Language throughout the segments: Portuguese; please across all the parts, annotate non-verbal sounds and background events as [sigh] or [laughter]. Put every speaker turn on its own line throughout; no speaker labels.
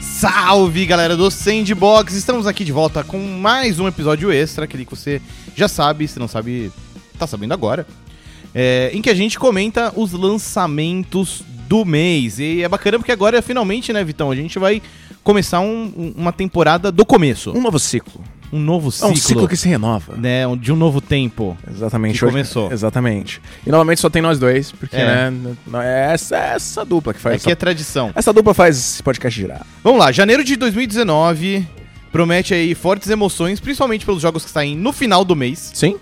Salve galera do Sandbox! Estamos aqui de volta com mais um episódio extra, aquele que você já sabe, se não sabe, tá sabendo agora. é, em que a gente comenta os lançamentos do mês. E é bacana porque agora, finalmente, né, Vitão? A gente vai começar um- um- uma temporada do começo.
Um novo ciclo.
Um novo
É
ciclo.
um ciclo que se renova.
né, um- de um novo tempo.
Exatamente.
Que começou.
Exatamente. E novamente só tem nós dois, porque,
É.
né, n- n- é essa, é essa dupla que faz.
Aqui é
essa,
tradição.
essa dupla faz esse podcast girar.
Vamos lá, janeiro de 2019 promete aí fortes emoções, principalmente pelos jogos que saem no final do mês.
Sim?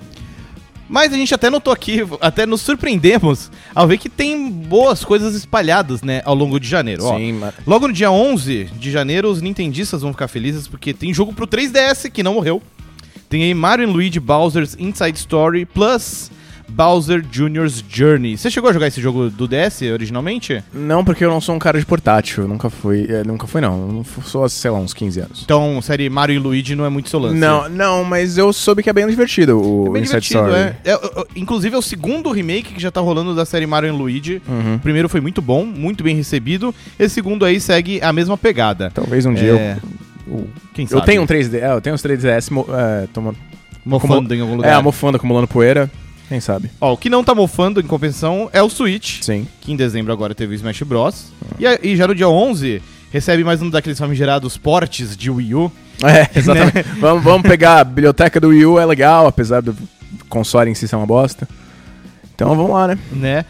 Mas a gente até notou aqui, até nos surpreendemos ao ver que tem boas coisas espalhadas, né, ao longo de janeiro. ó.
Sim, mas.
Logo no dia 11 de janeiro, os nintendistas vão ficar felizes porque tem jogo pro 3DS que não morreu. Tem aí Mario and Luigi Bowser's Inside Story plus Bowser Jr.'s Journey. Você chegou a jogar esse jogo do DS originalmente?
Não, porque eu não sou um cara de portátil. eu Nunca fui. é, nunca fui, não. Eu não fu- sou, há, sei lá, uns 15 anos.
Então, série Mario e Luigi não é muito seu lance.
Não, não, mas eu soube que é bem divertido o
É bem
Inside
divertido,
Story.
é. É, é, é, Inclusive é o segundo remake que já tá rolando da série Mario e Luigi. O
Uhum.
primeiro foi muito bom, muito bem recebido. Esse segundo aí segue a mesma pegada.
Talvez um dia
É,
eu. eu-
quem sabe?
Eu tenho um 3D, é, eu tenho uns 3DS mo- é, tomando,
mofando
como-
em algum
é,
lugar.
mofando, acumulando poeira, quem sabe.
Ó, o que não tá mofando em compensação é o Switch,
Sim. Hum.
que em dezembro agora teve o Smash Bros. E, a- e já no dia 11 recebe mais um daqueles famigerados portes de Wii U.
[laughs] É, exatamente. vamos, vamos pegar a biblioteca do Wii U, é legal, apesar do console em si ser uma bosta. Então vamos lá, né?
né?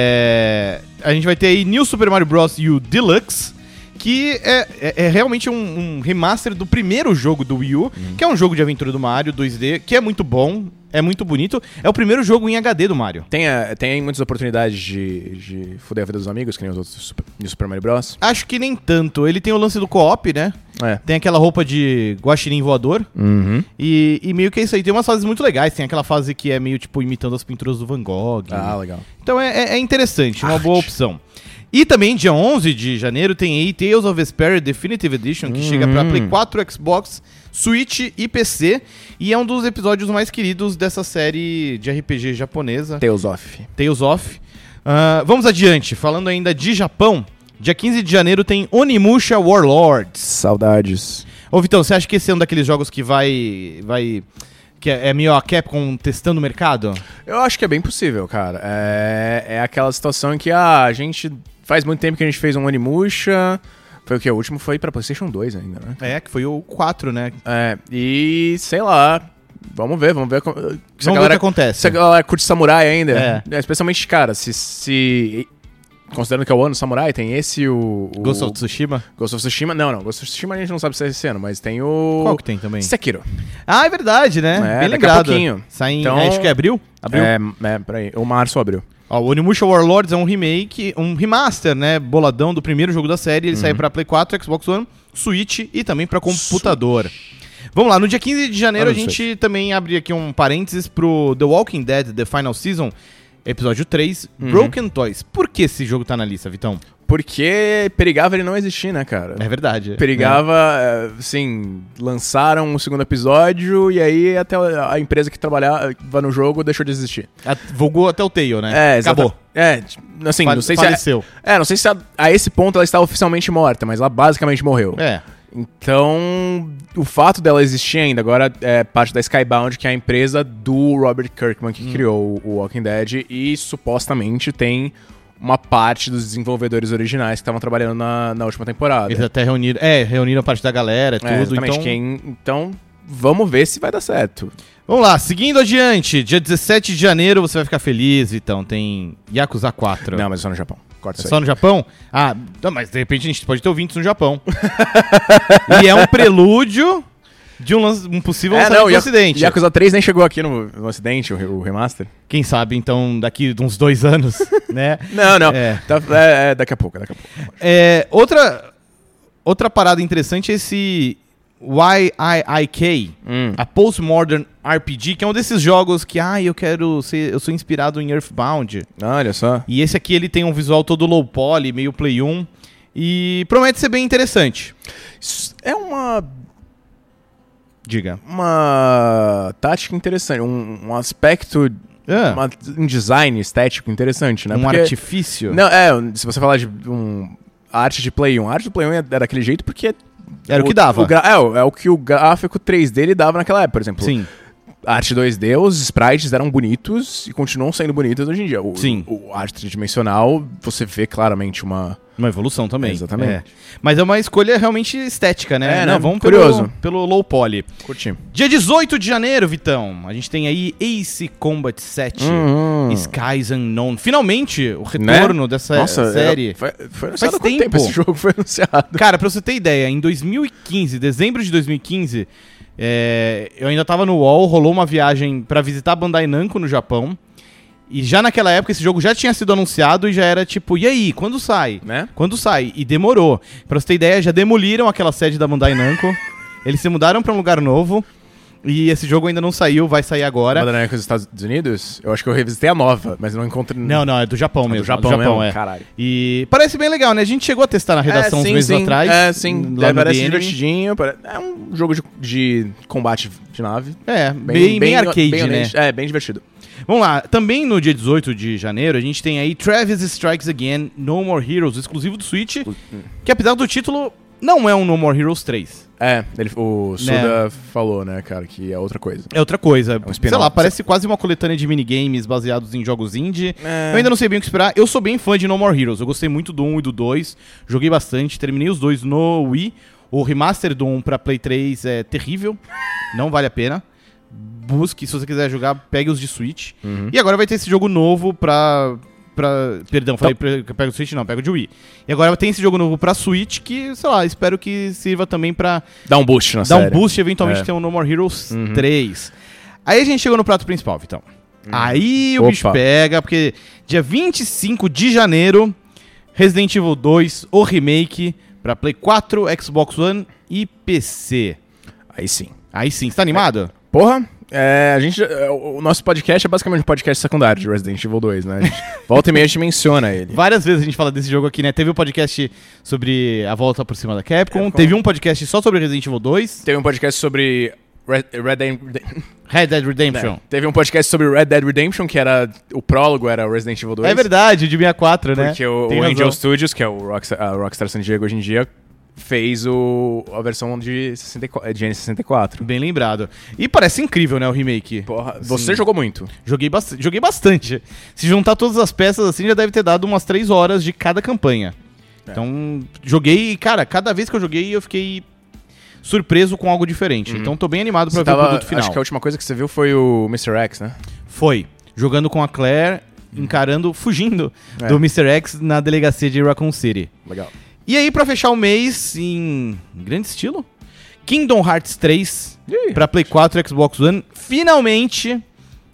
É, a gente vai ter aí New Super Mario Bros. U Deluxe, que é, é, é realmente um, um remaster do primeiro jogo do Wii U, que é um jogo de aventura do Mario 2D, que é muito bom, é muito bonito. É o primeiro jogo em HD do Mario.
Tem, a- tem muitas oportunidades de, de fuder a vida dos amigos, que nem os outros do Super, de Super Mario Bros.
Acho que nem tanto. Ele tem o lance do co-op, né?
É.
Tem aquela roupa de guaxinim voador. E, e meio que é isso aí. Tem umas fases muito legais. Tem aquela fase que é meio, tipo, imitando as pinturas do Van Gogh.
Ah, legal.
Então é, é- é interessante, uma
Arte.
boa opção. E também, dia 11 de janeiro, tem aí Tales of Vesperia Definitive Edition, que chega pra Play 4, Xbox, Switch e PC. E é um dos episódios mais queridos dessa série de RPG japonesa,
Tales of.
Tales of. Ah, vamos adiante, falando ainda de Japão. Dia 15 de janeiro tem Onimusha Warlords.
Saudades.
Ô Vitão, você acha que esse é um daqueles jogos que vai... vai que é, é meio a Capcom testando o mercado?
Eu acho que é bem possível, cara. É, é aquela situação em que ah, a gente. Faz muito tempo que a gente fez um Onimusha. Foi o que? O último foi pra PlayStation 2 ainda, né?
É, que foi o 4, né?
É, e sei lá. Vamos ver, vamos ver. como- Se a
Vamos ver o que
galera
acontece.
Se a galera curte samurai ainda,
É.
né, especialmente, cara, se, se- Considerando que é o ano samurai, tem esse e o. o
Ghost of Tsushima?
Ghost of Tsushima. Não, não. Ghost of Tsushima a gente não sabe se é esse ano, mas tem o.
Qual que tem também?
Sekiro.
Ah, é verdade, né?
É,
Bem
daqui a
lembrado.
pouquinho.
Sai em,
Então-
acho que é abril? Abril.
É, é, peraí. O março abriu.
Ó, o Onimusha Warlords é um remake, um remaster, né? Boladão do primeiro jogo da série. Ele
Uhum.
sai pra Play 4, Xbox One, Switch e também pra computador. Vamos lá, no dia 15 de janeiro
Ah,
a
não
gente também abre aqui um parênteses pro The Walking Dead The Final Season, episódio 3,
Uhum.
Broken Toys. Por que esse jogo tá na lista, Vitão?
Porque perigava ele não existir, né, cara?
É verdade.
Perigava, é, assim, lançaram o segundo episódio e aí até a a empresa que trabalhava no jogo deixou de existir.
É. A- Vulgou até o Tail, né?
É, exata-
Acabou.
É, assim,
Fa-
não sei se é-
faleceu.
É, não sei se a, a esse ponto ela está oficialmente morta, mas ela basicamente morreu.
É.
Então, o fato dela existir ainda agora é parte da Skybound, que é a empresa do Robert Kirkman
Hum.
que criou o Walking Dead e supostamente tem uma parte dos desenvolvedores originais que estavam trabalhando na, na última temporada.
Eles até reuniram, é, reuniram a parte da galera, e tudo,
É, exatamente.
então...
Quem, então, vamos ver se vai dar certo.
Vamos lá, seguindo adiante, dia 17 de janeiro você vai ficar feliz, Vitão, tem Yakuza 4.
Não, mas é só no Japão.
É
Corta isso
Só no Japão? Ah, não, mas de repente a gente pode ter ouvintes no
[laughs]
Japão. e é um prelúdio de um, lan- um possível
aí. É,
lançamento
não,
do
Yaku-
Ocidente.
Yakuza 3 nem chegou aqui no, no Ocidente, o, re- o remaster.
Quem sabe, então, daqui uns dois anos,
[laughs]
né?
Não, não.
[laughs] É.
Tá- é, é, daqui a pouco, daqui a pouco.
É, outra, outra parada interessante é esse YIIK,
Hum.
a Postmodern RPG, que é um desses jogos que, ah, eu quero ser, eu sou inspirado em Earthbound.
Olha só.
E esse aqui ele tem um visual todo low poly, meio play 1. E promete ser bem interessante.
Isso É uma,
Diga.
uma tática interessante, um, um aspecto,
Ah,
uma- um design estético interessante, né?
um
Porque-
artifício.
um, Não, é, se você falar de um, a arte de Play 1, a arte do Play 1 é daquele jeito porque
Era o que dava.
gra- é, o- é o que o gráfico 3D ele dava naquela época, por exemplo.
Sim.
A arte 2D, os sprites eram bonitos e continuam sendo bonitos hoje em dia. O,
Sim.
O, a arte tridimensional, você vê claramente uma.
Uma evolução também.
Exatamente.
É. Mas é uma escolha realmente estética, né?
É,
Não,
né?
vamos
Curioso.
Pelo, pelo low poly.
Curti.
Dia 18 de janeiro, Vitão. A gente tem aí Ace Combat 7,
Hum.
Skies Unknown. Finalmente, o
Né?
retorno dessa
Nossa,
série.
era- foi, foi anunciado há quanto
tempo.
tempo esse jogo [laughs] foi anunciado.
Cara, pra você ter ideia, em 2015, dezembro de 2015, é, eu ainda tava no UOL, rolou uma viagem pra visitar a Bandai Namco no Japão. E já naquela época esse jogo já tinha sido anunciado e já era tipo, e aí, quando sai?
Né?
Quando sai? E demorou. Pra você ter ideia, já demoliram aquela sede da Bandai Namco. Eles se mudaram pra um lugar novo. E esse jogo ainda não saiu, vai sair agora.
Madalena com os Estados Unidos? Eu acho que eu revisitei a nova, mas não encontro.
Não, não, é do Japão
Ah,
mesmo.
do Japão, mesmo.
é.
Caralho.
E parece bem legal, né? A gente chegou a testar na redação
é,
uns
sim,
meses
sim.
atrás.
É, sim.
lá
É,
no
parece
The Enemy.
divertidinho. pare- É um jogo de, de combate de nave.
É, bem, bem, arcade,
bem
né?
honesto. É, bem divertido.
Vamos lá, também no dia 18 de janeiro a gente tem aí Travis Strikes Again No More Heroes, exclusivo do Switch, que apesar do título, não é um No More Heroes 3.
É, ele, o Suda falou, né, cara, que é outra coisa.
É outra coisa.
um
sei
spin-off.
lá, parece quase uma coletânea de minigames baseados em jogos indie.
É.
Eu ainda não sei bem o que esperar. Eu sou bem fã de No More Heroes. Eu gostei muito do 1 e do 2. Joguei bastante, terminei os dois no Wii. O remaster do 1 pra Play 3 é terrível. não vale a pena. Busque, se você quiser jogar, pegue os de Switch.
Uhum.
E agora vai ter esse jogo novo pra. pra perdão, falei
Então-
pra- que eu pego o Switch, não, pego de Wii. E agora tem esse jogo novo pra Switch que, sei lá, espero que sirva também pra
Dá um boost na
dar
série.
um boost e eventualmente
É. Uhum.
ter um No More Heroes 3. Aí a gente chegou no prato principal, Vitão. Aí o
Opa.
bicho pega, porque dia 25 de janeiro, Resident Evil 2, o remake, pra Play 4, Xbox One e PC.
Aí sim.
Aí sim, você tá animado?
Porra, é, a gente, é, o o nosso podcast é basicamente um podcast secundário de Resident Evil 2, né?
[laughs]
A gente- volta e meia a gente menciona ele.
Várias vezes a gente fala desse jogo aqui, né? Teve o podcast sobre a volta por cima da Capcom,
Capcom.
teve um podcast só sobre Resident Evil 2,
Teve um podcast sobre Red, Red Dead-
Red Dead Redemption.
Teve um podcast sobre Red Dead Redemption, que era. O prólogo era Resident Evil 2.
É verdade, de 64, né?
Porque o,
Tem
o Angel
razão.
Studios, que é o Rockstar, a Rockstar San Diego hoje em dia, fez o, a versão de, 64, de N64.
Bem lembrado. E parece incrível, né, o remake.
Porra,
Sim.
você jogou muito.
Joguei, bast joguei bastante. Se juntar todas as peças assim, já deve ter dado umas 3 horas de cada campanha.
É.
Então, joguei e, cara, cada vez que eu joguei, eu fiquei surpreso com algo diferente. Então, tô bem animado pra
Uhum.
ver
Você
o
tava,
produto final.
Acho que a última coisa que você viu foi o Mr. X, né?
Foi. Jogando com a Claire, encarando, fugindo
É.
do Mr. X na delegacia de Raccoon City.
Legal.
E aí, pra fechar o mês, em grande estilo, Kingdom Hearts 3
Ih.
pra Play 4 e Xbox One, finalmente...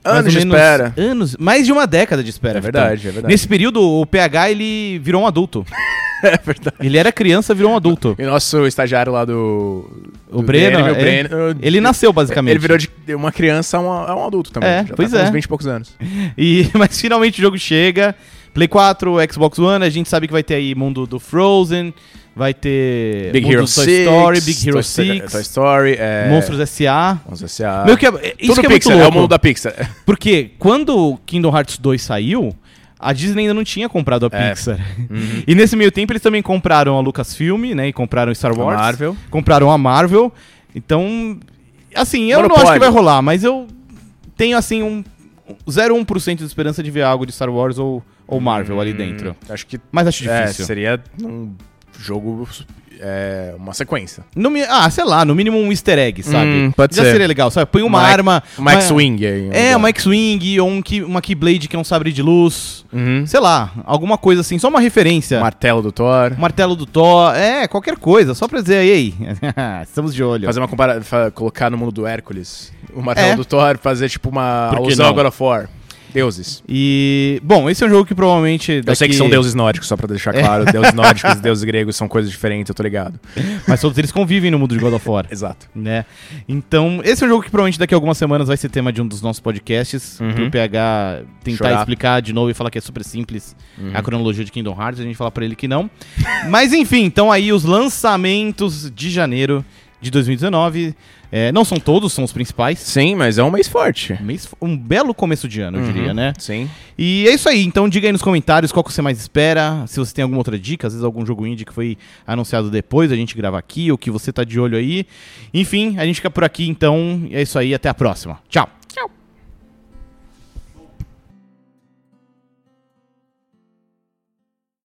mais
Anos
ou
de
menos-
espera.
Anos, mais de uma década de espera.
É
Vitão.
verdade, é verdade.
Nesse período, o PH, ele virou um adulto.
[laughs] É verdade.
Ele era criança, virou um adulto.
E o nosso estagiário lá do.
O
do
Breno,
DNM, o
é,
Breno,
Ele nasceu, basicamente.
Ele virou de de uma criança a um, a um adulto também.
É,
Já
pois
tá com
é.
Uns 20 e poucos anos.
E, [laughs] mas finalmente o jogo chega. Play 4, Xbox One, a gente sabe que vai ter aí mundo do Frozen, vai ter
Big
mundo
Hero
do É, Toy
6.
Story, Big Hero
Toy Story- Toy
6,
Story. É...
Monstros S.A.
Monstros S.A.
Meio que é, é- isso
Tudo
que é
Pixar, é o
muito
mundo
louco,
da Pixar.
porque quando Kingdom Hearts 2 saiu, a Disney ainda não tinha comprado a
É.
Pixar. [laughs] E nesse meio tempo eles também compraram a Lucasfilm, né, e compraram Star Wars,
Marvel.
compraram a Marvel. Então, assim, eu não
Monopólio.
acho que vai rolar, mas eu tenho assim um 0,1% de esperança de ver algo de Star Wars ou, ou Marvel ali dentro.
[laughs] Acho que
Mas acho
Hum. É,
difícil.
seria um jogo, é, uma sequência.
No mi- ah, sei lá, no mínimo um easter egg, sabe?
Hum, pode
Já
ser.
seria legal, sabe? Põe uma
Uma-
arma.
Uma X-Wing aí. um
É, uma X-Wing ou um key, uma Keyblade que é um sabre de luz.
Uhum.
Sei lá, alguma coisa assim, só uma referência.
Martelo do Thor.
Martelo do Thor, é, qualquer coisa, só pra dizer aí, ei, [laughs] estamos de olho.
Fazer uma comparação, colocar no mundo do Hércules. O martelo
É.
do Thor, fazer tipo uma
Por que
alusão
não?
a God of War. Deuses.
E, bom, esse é um jogo que provavelmente.
Eu sei que são deuses nórdicos, só pra deixar claro. [laughs] Deuses nórdicos e deuses gregos são coisas diferentes, eu tô ligado.
[laughs] Mas todos eles convivem no mundo de God of
[laughs]
War.
Exato.
né? Então, esse é um jogo que provavelmente daqui a algumas semanas vai ser tema de um dos nossos podcasts.
Uhum.
Pro PH tentar
Chorar. Uhum.
explicar de novo e falar que é super simples a cronologia de Kingdom Hearts. A gente fala pra ele que não. [laughs] Mas enfim, então aí os lançamentos de janeiro de 2019. É, não são todos, são os principais.
Sim, mas é um mês forte.
Mês- Um belo começo de ano, eu
Uhum.
diria, né?
Sim.
E é isso aí, então diga aí nos comentários qual que você mais espera, se você tem alguma outra dica, às vezes algum jogo indie que foi anunciado depois, a gente grava aqui, ou que você tá de olho aí. Enfim, a gente fica por aqui então, e é isso aí, até a próxima. Tchau!